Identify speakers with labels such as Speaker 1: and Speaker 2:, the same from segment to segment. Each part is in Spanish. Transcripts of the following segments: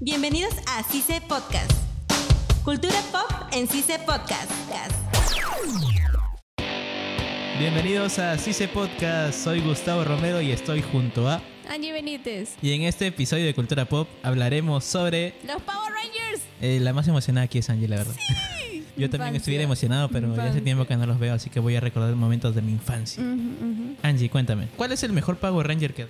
Speaker 1: Bienvenidos a CICE Podcast. Cultura pop en CICE Podcast.
Speaker 2: Bienvenidos a CICE Podcast, soy Gustavo Romero y estoy junto a...
Speaker 3: Angie Benítez.
Speaker 2: Y en este episodio de Cultura Pop hablaremos sobre...
Speaker 3: Los Power Rangers.
Speaker 2: eh, la más emocionada aquí es Angie, la verdad. Yo también
Speaker 3: Infancia.
Speaker 2: estuviera emocionado, pero ya hace
Speaker 3: Infancia.
Speaker 2: tiempo que no los veo, así que voy a recordar momentos de mi infancia. Angie, cuéntame, ¿cuál es el mejor Power Ranger que...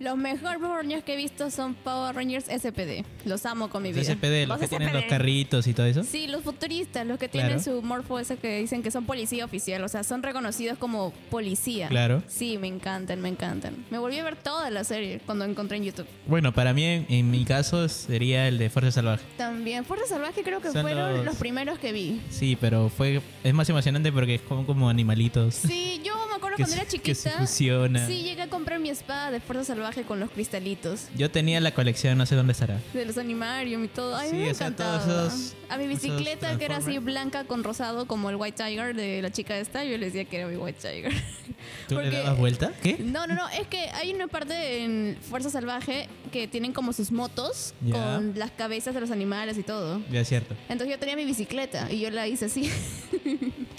Speaker 3: Los mejores Power Rangers que he visto son Power Rangers SPD. Los amo con mi
Speaker 2: Los
Speaker 3: vida.
Speaker 2: SPD, los
Speaker 3: Los
Speaker 2: que tienen
Speaker 3: SPD.
Speaker 2: los carritos y todo eso?
Speaker 3: Sí, los futuristas, los que
Speaker 2: Claro.
Speaker 3: tienen su morfo ese que dicen que son policía oficial, o sea, son reconocidos como policía.
Speaker 2: Claro.
Speaker 3: Sí, me encantan, me encantan. Me volví a ver toda la serie cuando encontré en YouTube.
Speaker 2: Bueno, para mí, en, en mi caso, sería el de Fuerza Salvaje.
Speaker 3: También Fuerza Salvaje creo que
Speaker 2: Son
Speaker 3: fueron
Speaker 2: los-
Speaker 3: los... primeros que vi.
Speaker 2: Sí, pero fue... Es más emocionante porque es como, como animalitos.
Speaker 3: Sí, yo me acuerdo
Speaker 2: Que
Speaker 3: cuando
Speaker 2: se-
Speaker 3: era chiquita.
Speaker 2: que se fusionan.
Speaker 3: Sí, llegué a comprar mi espada de Fuerza Salvaje con los cristalitos.
Speaker 2: Yo tenía la colección, no sé dónde estará.
Speaker 3: De los animarios y todo. Ay,
Speaker 2: Sí,
Speaker 3: me
Speaker 2: o sea,
Speaker 3: encantaba.
Speaker 2: todos esos-
Speaker 3: a mi
Speaker 2: esos
Speaker 3: bicicleta, que era así
Speaker 2: Transformers.
Speaker 3: blanca con rosado, como el White Tiger de la chica esta, yo le decía que era mi White Tiger.
Speaker 2: ¿Tú le
Speaker 3: Porque-
Speaker 2: dabas vuelta? ¿Qué?
Speaker 3: No, no, no, es que hay una parte en Fuerza Salvaje que tienen como sus motos
Speaker 2: Ya.
Speaker 3: con las cabezas de los animales y todo.
Speaker 2: Ya es cierto.
Speaker 3: Entonces yo tenía mi bicicleta y yo la hice así.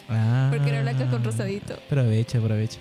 Speaker 2: Ah.
Speaker 3: Porque era blanca con rosadito.
Speaker 2: Aprovecha, aprovecha.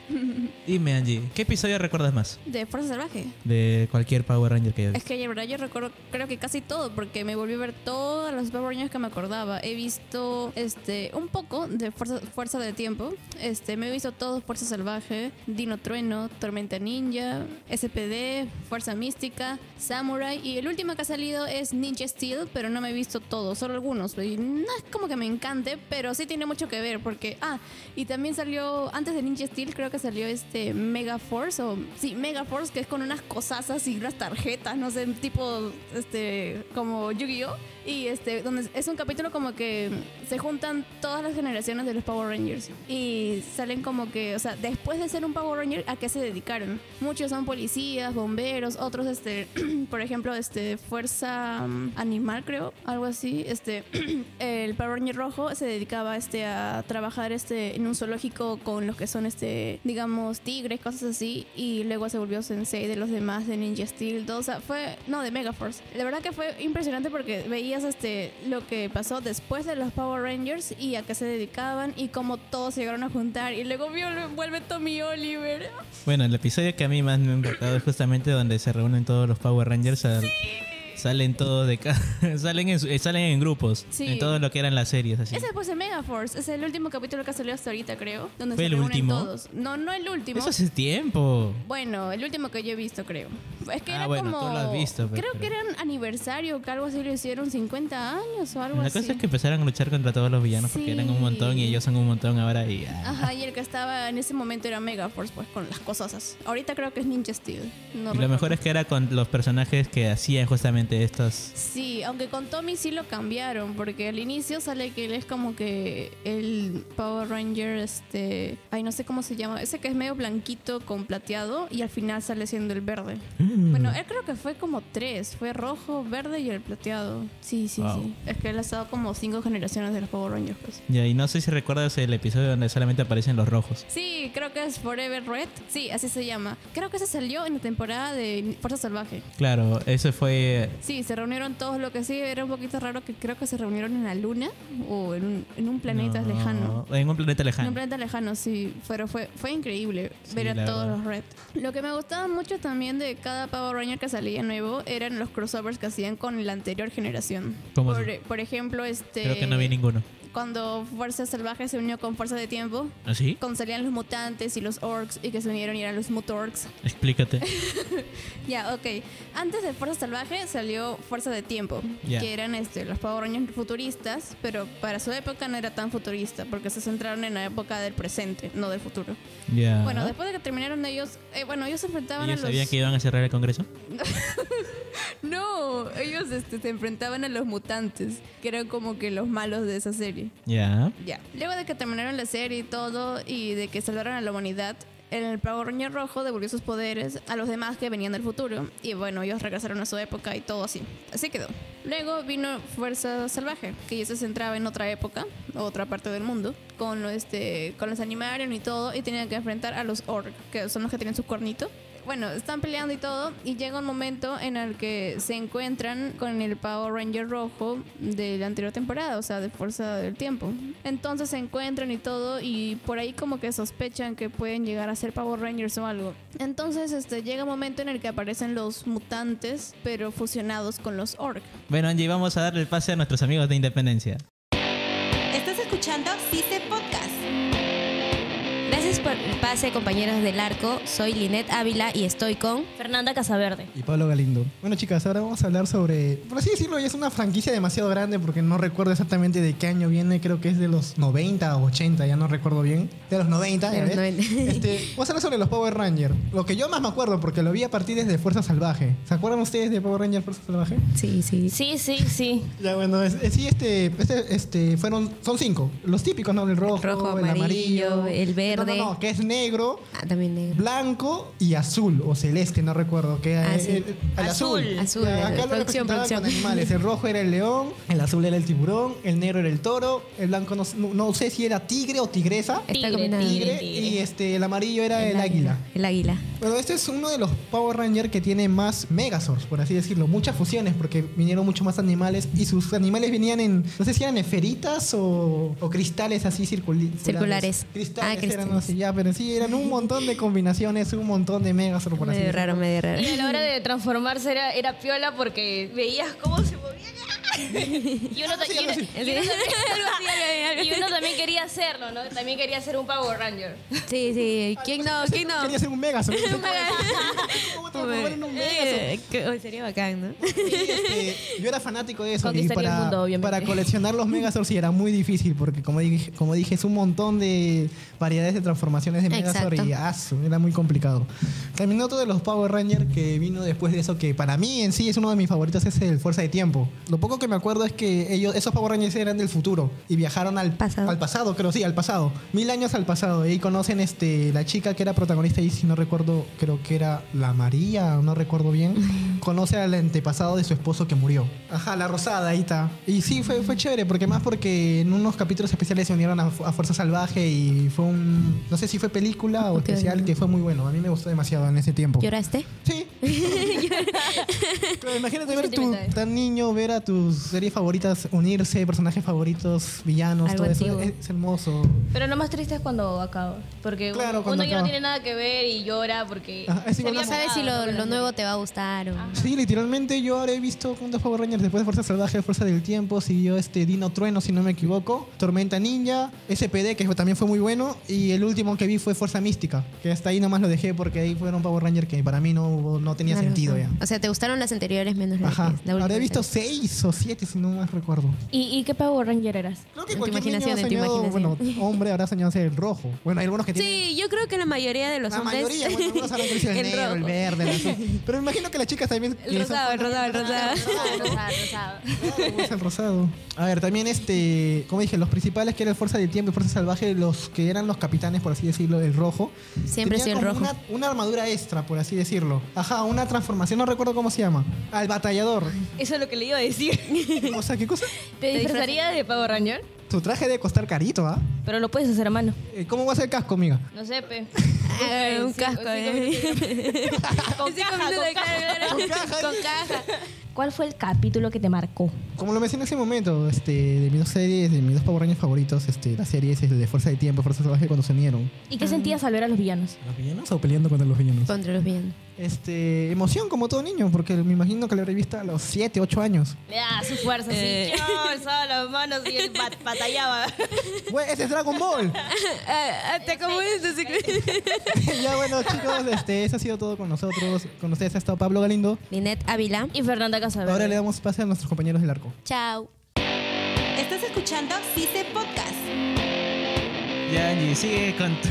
Speaker 2: Dime, Angie, ¿qué episodio recuerdas más
Speaker 3: De Fuerza Salvaje.
Speaker 2: de cualquier Power Ranger que haya
Speaker 3: Es
Speaker 2: visto?
Speaker 3: que de verdad yo recuerdo, creo que casi todo, porque me volví a ver todas las Power Rangers que me acordaba. He visto este un poco de Fuerza, fuerza de Tiempo. Este, me he visto todo Fuerza Salvaje, Dino Trueno, Tormenta Ninja, SPD, Fuerza Mística, Samurai. Y el último que ha salido es Ninja Steel, pero no me he visto todo, solo algunos. Y no es como que me encante, pero sí tiene mucho que ver, porque. Ah, y también salió, antes de Ninja Steel, creo que salió este Mega Force, o sí, Mega Force, que es con unas cosas y unas tarjetas, no sé, tipo, este, como Yu-Gi-Oh! Y este, donde es un capítulo como que se juntan todas las generaciones de los Power Rangers. Y salen como que, o sea, después de ser un Power Ranger, ¿a qué se dedicaron? Muchos son policías, bomberos, otros, este, por ejemplo, este, Fuerza mm, Animal, creo, algo así, este, el Power Ranger rojo se dedicaba este a trabajar este en un zoológico con los que son este digamos tigres cosas así y luego se volvió sensei de los demás de Ninja Steel 2 o sea fue no de Megaforce la verdad que fue impresionante porque veías este lo que pasó después de los Power Rangers y a qué se dedicaban y cómo todos se llegaron a juntar y luego vuelve, vuelve Tommy Oliver
Speaker 2: Bueno, el episodio que a mí más me ha impactado es justamente donde se reúnen todos los Power Rangers. al- Salen todos de ca- salen en, su- eh, salen en grupos.
Speaker 3: Sí.
Speaker 2: En todo lo que eran las series. Así.
Speaker 3: ese después de Megaforce es el último capítulo que salió hasta ahorita creo donde
Speaker 2: ¿Fue
Speaker 3: se
Speaker 2: el
Speaker 3: reúnen
Speaker 2: último?
Speaker 3: todos no no el último
Speaker 2: Eso hace tiempo.
Speaker 3: Bueno, el último que yo he visto, creo. Es que
Speaker 2: Ah,
Speaker 3: era
Speaker 2: bueno, tú
Speaker 3: como.
Speaker 2: lo has visto, pues, pero-
Speaker 3: creo que era un aniversario, que algo así lo hicieron 50 años o algo
Speaker 2: La
Speaker 3: así.
Speaker 2: cosa es que empezaron a luchar contra todos los villanos porque eran un montón y
Speaker 3: Sí.
Speaker 2: ellos son un montón ahora y. ah.
Speaker 3: Ajá, y el que estaba en ese momento era Megaforce, pues con las cosas. Ahorita creo que es Ninja Steel. No
Speaker 2: Y lo
Speaker 3: recuerdo.
Speaker 2: mejor es que era con los personajes que hacían justamente estos.
Speaker 3: Sí, aunque con Tommy sí lo cambiaron, porque al inicio sale que él es como que el Power Ranger, este, ay no sé cómo se llama, ese que es medio blanquito con plateado y al final sale siendo el verde. Bueno, él creo que fue como tres, fue rojo, verde y el plateado. Sí, sí,
Speaker 2: Wow.
Speaker 3: sí. Es que él ha estado como cinco generaciones de los Power Rangers. pues.
Speaker 2: Ya, y no sé si recuerdas el episodio donde solamente aparecen los rojos.
Speaker 3: Sí, creo que es Forever Red. Sí, así se llama. Creo que se salió en la temporada de Fuerza Salvaje.
Speaker 2: Claro, eso fue.
Speaker 3: Sí, se reunieron todos, lo que sí era un poquito raro que creo que se reunieron en la luna o en un, en un planeta
Speaker 2: no,
Speaker 3: lejano.
Speaker 2: En un planeta
Speaker 3: En
Speaker 2: lejano.
Speaker 3: un planeta lejano, sí, pero fue, fue increíble
Speaker 2: Sí,
Speaker 3: ver
Speaker 2: la
Speaker 3: a todos
Speaker 2: verdad.
Speaker 3: los Red. Lo que me gustaba mucho también de cada Power Ranger que salía nuevo eran los crossovers que hacían con la anterior generación.
Speaker 2: ¿Cómo
Speaker 3: por,
Speaker 2: así?
Speaker 3: por ejemplo, este
Speaker 2: Creo que no vi ninguno.
Speaker 3: cuando Fuerza Salvaje se unió con Fuerza de Tiempo,
Speaker 2: ¿Así?
Speaker 3: cuando salían los mutantes y los orcs y que se unieron y eran los mutorcs,
Speaker 2: Explícate.
Speaker 3: Ya, ok. Antes de Fuerza Salvaje salió Fuerza de Tiempo,
Speaker 2: Ya.
Speaker 3: que eran este, los Power Rangers futuristas, pero para su época no era tan futurista, porque se centraron en la época del presente, no del futuro.
Speaker 2: Ya.
Speaker 3: Bueno, después de que terminaron ellos, eh, bueno, ellos se enfrentaban
Speaker 2: ¿Ellos
Speaker 3: a los...
Speaker 2: sabían que iban a cerrar el congreso?
Speaker 3: No, ellos este, se enfrentaban a los mutantes, que eran como que los malos de esa serie.
Speaker 2: Ya.
Speaker 3: Ya. Luego de que terminaron la serie y todo, y de que salvaron a la humanidad, el Power Ranger Rojo devolvió sus poderes a los demás que venían del futuro. Y bueno, ellos regresaron a su época y todo así. Así quedó. Luego vino Fuerza Salvaje, que ya se centraba en otra época, otra parte del mundo, con, lo, este, con los animarios y todo, y tenían que enfrentar a los Orc, que son los que tienen su cuernito. bueno, están peleando y todo, y llega un momento en el que se encuentran con el Power Ranger rojo de la anterior temporada, o sea, de Fuerza del Tiempo. Entonces se encuentran y todo, y por ahí como que sospechan que pueden llegar a ser Power Rangers o algo. Entonces este, llega un momento en el que aparecen los mutantes, pero fusionados con los orc.
Speaker 2: Bueno, Angie, vamos a darle el pase a nuestros amigos de Independencia.
Speaker 1: Estás escuchando CICE Podcast.
Speaker 4: Gracias por el pase, compañeros del arco. Soy Linet Ávila y estoy con
Speaker 5: Fernanda Casaverde.
Speaker 6: Y Pablo Galindo. Bueno, chicas, ahora vamos a hablar sobre. Por así decirlo, ya es una franquicia demasiado grande porque no recuerdo exactamente de qué año viene. Creo que es de los 90 o 80, ya no recuerdo bien. De los 90,
Speaker 4: De
Speaker 6: ya
Speaker 4: los
Speaker 6: ves.
Speaker 4: 90.
Speaker 6: Este, vamos a hablar sobre los Power Rangers. Lo que yo más me acuerdo porque lo vi a partir desde Fuerza Salvaje. ¿Se acuerdan ustedes de Power Ranger Fuerza Salvaje?
Speaker 4: Sí, sí.
Speaker 5: Sí, sí, sí.
Speaker 6: Ya, bueno, es- es- sí, este, este, este, fueron, son cinco. Los típicos, ¿no? El rojo, el,
Speaker 4: rojo,
Speaker 6: amarillo,
Speaker 4: amarillo, el verde.
Speaker 6: No, no, no, que es negro,
Speaker 4: Ah, también negro.
Speaker 6: blanco y azul o celeste, no recuerdo qué
Speaker 4: Ah,
Speaker 6: eh,
Speaker 4: sí.
Speaker 6: eh, el azul.
Speaker 4: Azul,
Speaker 6: Ya,
Speaker 4: eh,
Speaker 6: Acá lo
Speaker 4: producción,
Speaker 6: representaban
Speaker 4: producción.
Speaker 6: con animales. El rojo era el león, el azul era el tiburón, el negro era el toro, el blanco no, no- no sé si era tigre o tigresa.
Speaker 4: Está
Speaker 5: Tigre,
Speaker 4: combinado.
Speaker 5: tigre.
Speaker 6: Y este el amarillo era el, águila.
Speaker 4: El águila.
Speaker 6: Bueno, este es uno de los Power Rangers que tiene más Megazords, por así decirlo. Muchas fusiones, porque vinieron mucho más animales. Y sus animales venían en, no sé si eran esferitas o, o cristales así circuli-
Speaker 4: Circulares.
Speaker 6: Cristales,
Speaker 4: Ah, cristales.
Speaker 6: eran así, ya, pero sí, eran un montón de combinaciones, un montón de Megazords, por así
Speaker 4: Medio
Speaker 6: decirlo.
Speaker 4: raro, medio raro.
Speaker 5: Y a la hora de transformarse era, era piola porque veías cómo se movían. Y uno, ta- y uno- y uno también, y uno también quería hacerlo, ¿no? También quería ser un Power Ranger.
Speaker 4: Sí, sí. ¿Quién no? ¿Quién no?
Speaker 6: Quería ser un Megazord. ¿Cómo te poner un Megazord?
Speaker 4: Eh, que- oh, sería bacán, ¿no?
Speaker 6: Sí, este, yo era fanático de eso. Y
Speaker 5: Conquistaría
Speaker 6: para,
Speaker 5: el mundo, obviamente.
Speaker 6: para coleccionar los Megazords sí era muy difícil porque, como dije, como dije es un montón de variedades de transformaciones de Megazord
Speaker 4: Exacto.
Speaker 6: y asu, era muy complicado. También otro de los Power Rangers que vino después de eso, que para mí en sí es uno de mis favoritos, es el Fuerza de Tiempo. Lo poco que me acuerdo es que ellos, esos Power Rangers eran del futuro y viajaron al
Speaker 4: Pasado.
Speaker 6: al pasado, creo, sí, al pasado. Mil años al pasado. Y ahí conocen este, la chica que era protagonista y si no recuerdo, creo que era la María, no recuerdo bien. Conoce al antepasado de su esposo que murió. Ajá, la rosada, ahí está. Y sí, fue, fue chévere, porque más porque en unos capítulos especiales se unieron a, Fu- a Fuerza Salvaje y fue un, no sé si fue película o
Speaker 4: Ok.
Speaker 6: especial, que fue muy bueno. A mí me gustó demasiado en ese tiempo.
Speaker 4: ¿Lloraste?
Speaker 6: Sí. Pero imagínate ver tu
Speaker 5: Sentimental.
Speaker 6: tan niño, ver a tus series favoritas unirse, personajes favoritos, villanos,
Speaker 4: Algo
Speaker 6: todo eso.
Speaker 4: antiguo.
Speaker 6: Es, es hermoso.
Speaker 5: Pero lo más triste es cuando acaba. Porque
Speaker 6: Claro,
Speaker 5: uno
Speaker 6: cuando
Speaker 5: ya no
Speaker 6: acaba.
Speaker 5: tiene nada que ver y llora porque.
Speaker 6: Ajá, es
Speaker 5: se
Speaker 6: igual
Speaker 5: había
Speaker 4: No sabes si
Speaker 5: acabado,
Speaker 4: lo,
Speaker 5: ¿no?
Speaker 4: lo nuevo te va a gustar o...
Speaker 6: Sí, literalmente yo ahora he visto cuántos Power Rangers después de Fuerza Salvaje, Fuerza del Tiempo, siguió este Dino Trueno, si no me equivoco, Tormenta Ninja, SPD, que fue- también fue muy bueno, y el último que vi fue Fuerza Mística, que hasta ahí nomás lo dejé porque ahí fueron Power Rangers que para mí no, hubo- no tenía
Speaker 4: Claro,
Speaker 6: sentido
Speaker 4: ajá.
Speaker 6: ya.
Speaker 4: O sea, te gustaron las anteriores menos la,
Speaker 6: Ajá,
Speaker 4: la última.
Speaker 6: habré visto seis o siete, si no más recuerdo.
Speaker 5: ¿Y, y qué Power Ranger eras?
Speaker 6: Creo
Speaker 4: En
Speaker 6: que
Speaker 4: tu
Speaker 6: cualquier niño
Speaker 4: imaginación,
Speaker 6: ha
Speaker 4: en tu
Speaker 6: soñado,
Speaker 4: imaginación.
Speaker 6: Bueno, hombre habrá soñado ser el rojo. Bueno, hay algunos que tienen...
Speaker 4: Sí, yo creo que la mayoría de los
Speaker 6: La
Speaker 4: hombres...
Speaker 6: mayoría, bueno, algunos habrán crecido el,
Speaker 4: El
Speaker 6: negro, el
Speaker 4: rojo.
Speaker 6: verde, el azul. Pero me imagino que las chicas también...
Speaker 4: El rosado, el rosado, el rosado.
Speaker 6: Claro, usa el rosado. A ver, también este, como dije, los principales que eran Fuerza del Tiempo y Fuerza Salvaje, los que eran los capitanes, por así decirlo, el rojo.
Speaker 4: Siempre
Speaker 6: tenía
Speaker 4: soy el
Speaker 6: como
Speaker 4: rojo.
Speaker 6: Una, una armadura extra, por así decirlo. Ajá, una transformación, no recuerdo cómo se llama. Al batallador.
Speaker 5: Eso es lo que le iba a decir.
Speaker 6: O sea, ¿qué cosa?
Speaker 5: ¿Te disfrazaría de Power Ranger?
Speaker 6: Tu traje debe costar carito, ¿ah?
Speaker 5: Pero lo puedes hacer a mano.
Speaker 6: Eh, ¿Cómo va a ser el casco, amiga?
Speaker 5: No sé, pe.
Speaker 4: Ah, un casco,
Speaker 5: eh. Con caja, con caja.
Speaker 6: Con caja.
Speaker 4: Con caja.
Speaker 5: ¿Cuál fue el capítulo que te marcó?
Speaker 6: Como lo mencioné hace un momento, este, de mis dos series, de mis dos Power Rangers favoritos, este, la serie es el de Fuerza del Tiempo, Fuerza Salvaje cuando se unieron.
Speaker 5: ¿Y qué sentías al ver a los villanos?
Speaker 6: ¿Los villanos o peleando contra los villanos?
Speaker 4: Contra los villanos.
Speaker 6: Este, emoción como todo niño, porque me imagino que la revista a los 7, 8 años.
Speaker 5: Le da Ah, su fuerza,
Speaker 4: Eh.
Speaker 5: sí. Yo alzaba las manos y él bat- batallaba.
Speaker 6: Güey, ese es Dragon Ball. Ah,
Speaker 4: Hasta como eso se
Speaker 6: ya bueno, chicos, este, eso ha sido todo con nosotros. Con ustedes ha estado Pablo Galindo.
Speaker 4: Linet Ávila.
Speaker 5: Y Fernanda Casablanca.
Speaker 6: Ahora le damos pase a nuestros compañeros del arco.
Speaker 4: Chao.
Speaker 1: Estás escuchando CICE Podcast.
Speaker 2: Ya, Angie, sigue con tu-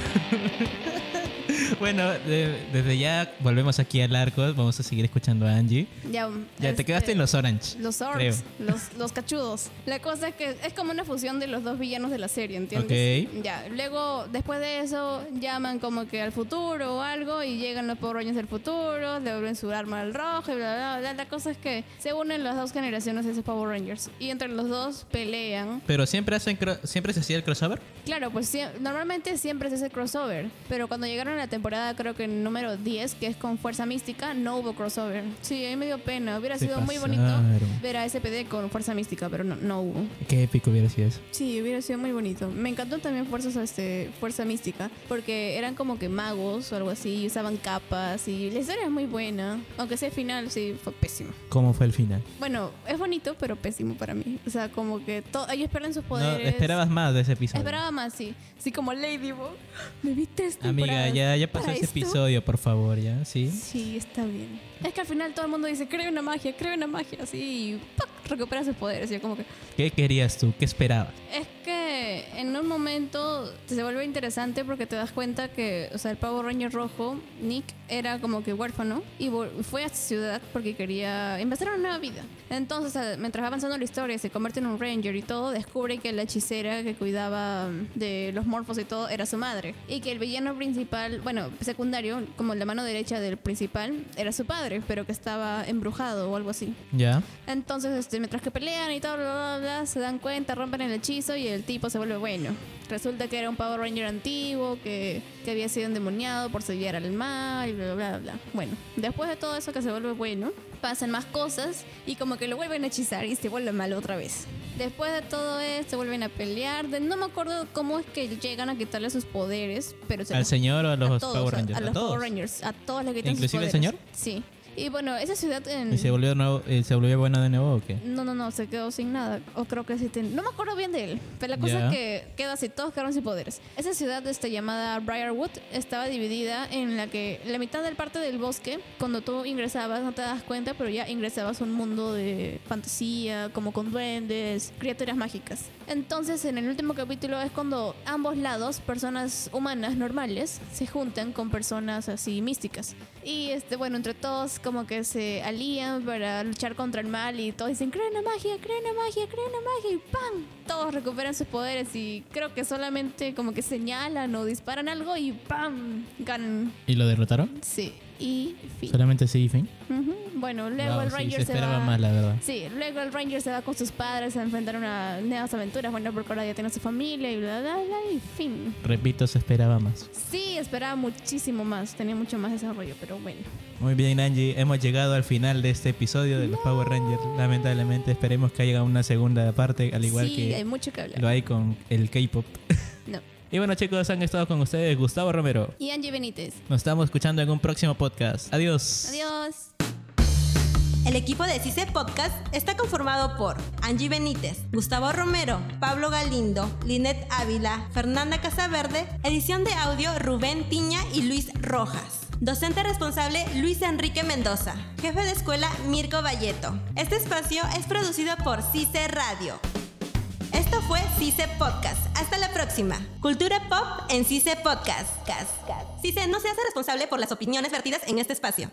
Speaker 2: bueno, de- desde ya volvemos aquí al arco. Vamos a seguir escuchando a Angie.
Speaker 3: Ya,
Speaker 2: Ya, te
Speaker 3: este,
Speaker 2: quedaste en los Orange.
Speaker 3: Los
Speaker 2: creo.
Speaker 3: orcs, los, los cachudos. La cosa es que es como una fusión de los dos villanos de la serie, ¿entiendes?
Speaker 2: Ok.
Speaker 3: Ya, luego, después de eso, llaman como que al futuro o algo y llegan los Power Rangers del futuro, devuelven su arma al rojo y bla, bla, bla. La cosa es que se unen las dos generaciones de esos Power Rangers y entre los dos pelean.
Speaker 2: Pero siempre, hacen cro- siempre se hacía el crossover.
Speaker 3: Claro, pues sie- normalmente siempre es ese crossover, pero cuando llegaron a la temporada creo que número 10, que es con Fuerza Mística, no hubo crossover. Sí, ahí me dio pena. Hubiera
Speaker 2: Se
Speaker 3: sido muy bonito
Speaker 2: pasaron.
Speaker 3: ver a SPD con Fuerza Mística, pero no, no hubo.
Speaker 2: Qué épico hubiera sido eso.
Speaker 3: Sí, hubiera sido muy bonito. Me encantó también Fuerzas, este, Fuerza Mística, porque eran como que magos o algo así, y usaban capas y la historia es muy buena. Aunque sea el final, sí, fue pésimo.
Speaker 2: ¿Cómo fue el final?
Speaker 3: Bueno, es bonito, pero pésimo para mí. O sea, como que to- ellos esperan sus
Speaker 2: No,
Speaker 3: poderes.
Speaker 2: esperabas más de ese episodio.
Speaker 3: Pues, Esperaba más, sí. Sí, como Ladybug. Me vi tres
Speaker 2: Amiga,
Speaker 3: temporadas
Speaker 2: ya, ya pasó
Speaker 3: para
Speaker 2: ese
Speaker 3: esto.
Speaker 2: episodio, por favor, ¿ya? ¿Sí?
Speaker 3: Sí, está bien. Es que al final todo el mundo dice, cree una magia, cree una magia, así, y ¡pac! recupera sus poderes. Y Yo como que...
Speaker 2: ¿Qué querías tú? ¿Qué esperabas?
Speaker 3: Es que en un momento se vuelve interesante porque te das cuenta que, o sea, el Power Ranger rojo, Nick, era como que huérfano y vol- fue a esta ciudad porque quería empezar una nueva vida. Entonces, a- mientras va avanzando la historia, se convierte en un Ranger y todo, descubre que la hechicera que cuidaba mm, de los morfos y todo era su madre. Y que el villano principal, bueno, secundario, como la mano derecha del principal, era su padre, pero que estaba embrujado o algo así.
Speaker 2: ¿Ya?
Speaker 3: Entonces, este, mientras que pelean y todo, bla, bla, bla, se dan cuenta, rompen el hechizo y el tipo se vuelve bueno. Resulta que era un Power Ranger antiguo que, que había sido endemoniado por seguir al mal y bla, bla, bla, bla. Bueno, después de todo eso que se vuelve bueno, pasan más cosas y como que lo vuelven a hechizar y se vuelve malo otra vez. Después de todo esto, vuelven a pelear. De- no me acuerdo cómo es que llegan a quitarle sus poderes, pero se
Speaker 2: ¿Al
Speaker 3: los-
Speaker 2: señor o a los
Speaker 3: todos,
Speaker 2: Power Rangers?
Speaker 3: A, los
Speaker 2: todos.
Speaker 3: Power Rangers, a todos les quitan
Speaker 2: ¿Inclusive al
Speaker 3: sus
Speaker 2: señor?
Speaker 3: poderes. Sí. Y bueno, esa ciudad en...
Speaker 2: ¿Y se volvió, nuevo, eh, se volvió bueno de nuevo o qué?
Speaker 3: No, no, no, se quedó sin nada. O creo que sí ten- No me acuerdo bien de él. Pero la cosa
Speaker 2: Ya.
Speaker 3: es que quedó así, todos quedaron sin poderes. Esa ciudad este, llamada Briarwood estaba dividida en la que la mitad del parte del bosque, cuando tú ingresabas, no te das cuenta, pero ya ingresabas a un mundo de fantasía, como con duendes, criaturas mágicas. Entonces, en el último capítulo es cuando ambos lados, personas humanas normales, se juntan con personas así místicas. Y este, bueno, entre todos como que se alían para luchar contra el mal y todos dicen, creen la magia, creen la magia, creen la magia y ¡pam! Todos recuperan sus poderes y creo que solamente como que señalan o disparan algo y ¡pam! Ganan.
Speaker 2: ¿Y lo derrotaron?
Speaker 3: Sí. Y fin.
Speaker 2: Solamente sí y fin.
Speaker 3: Ujú. Bueno, luego
Speaker 2: Wow,
Speaker 3: el
Speaker 2: sí,
Speaker 3: Ranger
Speaker 2: se
Speaker 3: se,
Speaker 2: esperaba
Speaker 3: va...
Speaker 2: más, la verdad.
Speaker 3: Sí, luego el Ranger se va con sus padres a enfrentar unas nuevas aventuras, bueno, porque ahora ya tiene a su familia y bla, bla, bla, y fin.
Speaker 2: Repito, se esperaba más.
Speaker 3: Sí, esperaba muchísimo más, tenía mucho más desarrollo, pero bueno.
Speaker 2: Muy bien, Angie. Hemos llegado al final de este episodio de los Power Rangers. Lamentablemente, esperemos que haya una segunda parte, al igual
Speaker 3: sí, hay
Speaker 2: que
Speaker 3: mucho que hablar.
Speaker 2: lo hay con el K-pop.
Speaker 3: No.
Speaker 2: Y bueno, chicos, han estado con ustedes Gustavo Romero.
Speaker 3: Y Angie Benítez.
Speaker 2: Nos estamos escuchando en un próximo podcast. Adiós.
Speaker 3: Adiós.
Speaker 1: El equipo de CICE Podcast está conformado por Angie Benítez, Gustavo Romero, Pablo Galindo, Linet Ávila, Fernanda Casaverde, edición de audio Rubén Tiña y Luis Rojas. Docente responsable Luis Enrique Mendoza. Jefe de escuela Mirko Valleto. Este espacio es producido por CICE Radio. Esto fue CICE Podcast. Hasta la próxima. Cultura pop en CICE Podcast. CICE no se hace responsable por las opiniones vertidas en este espacio.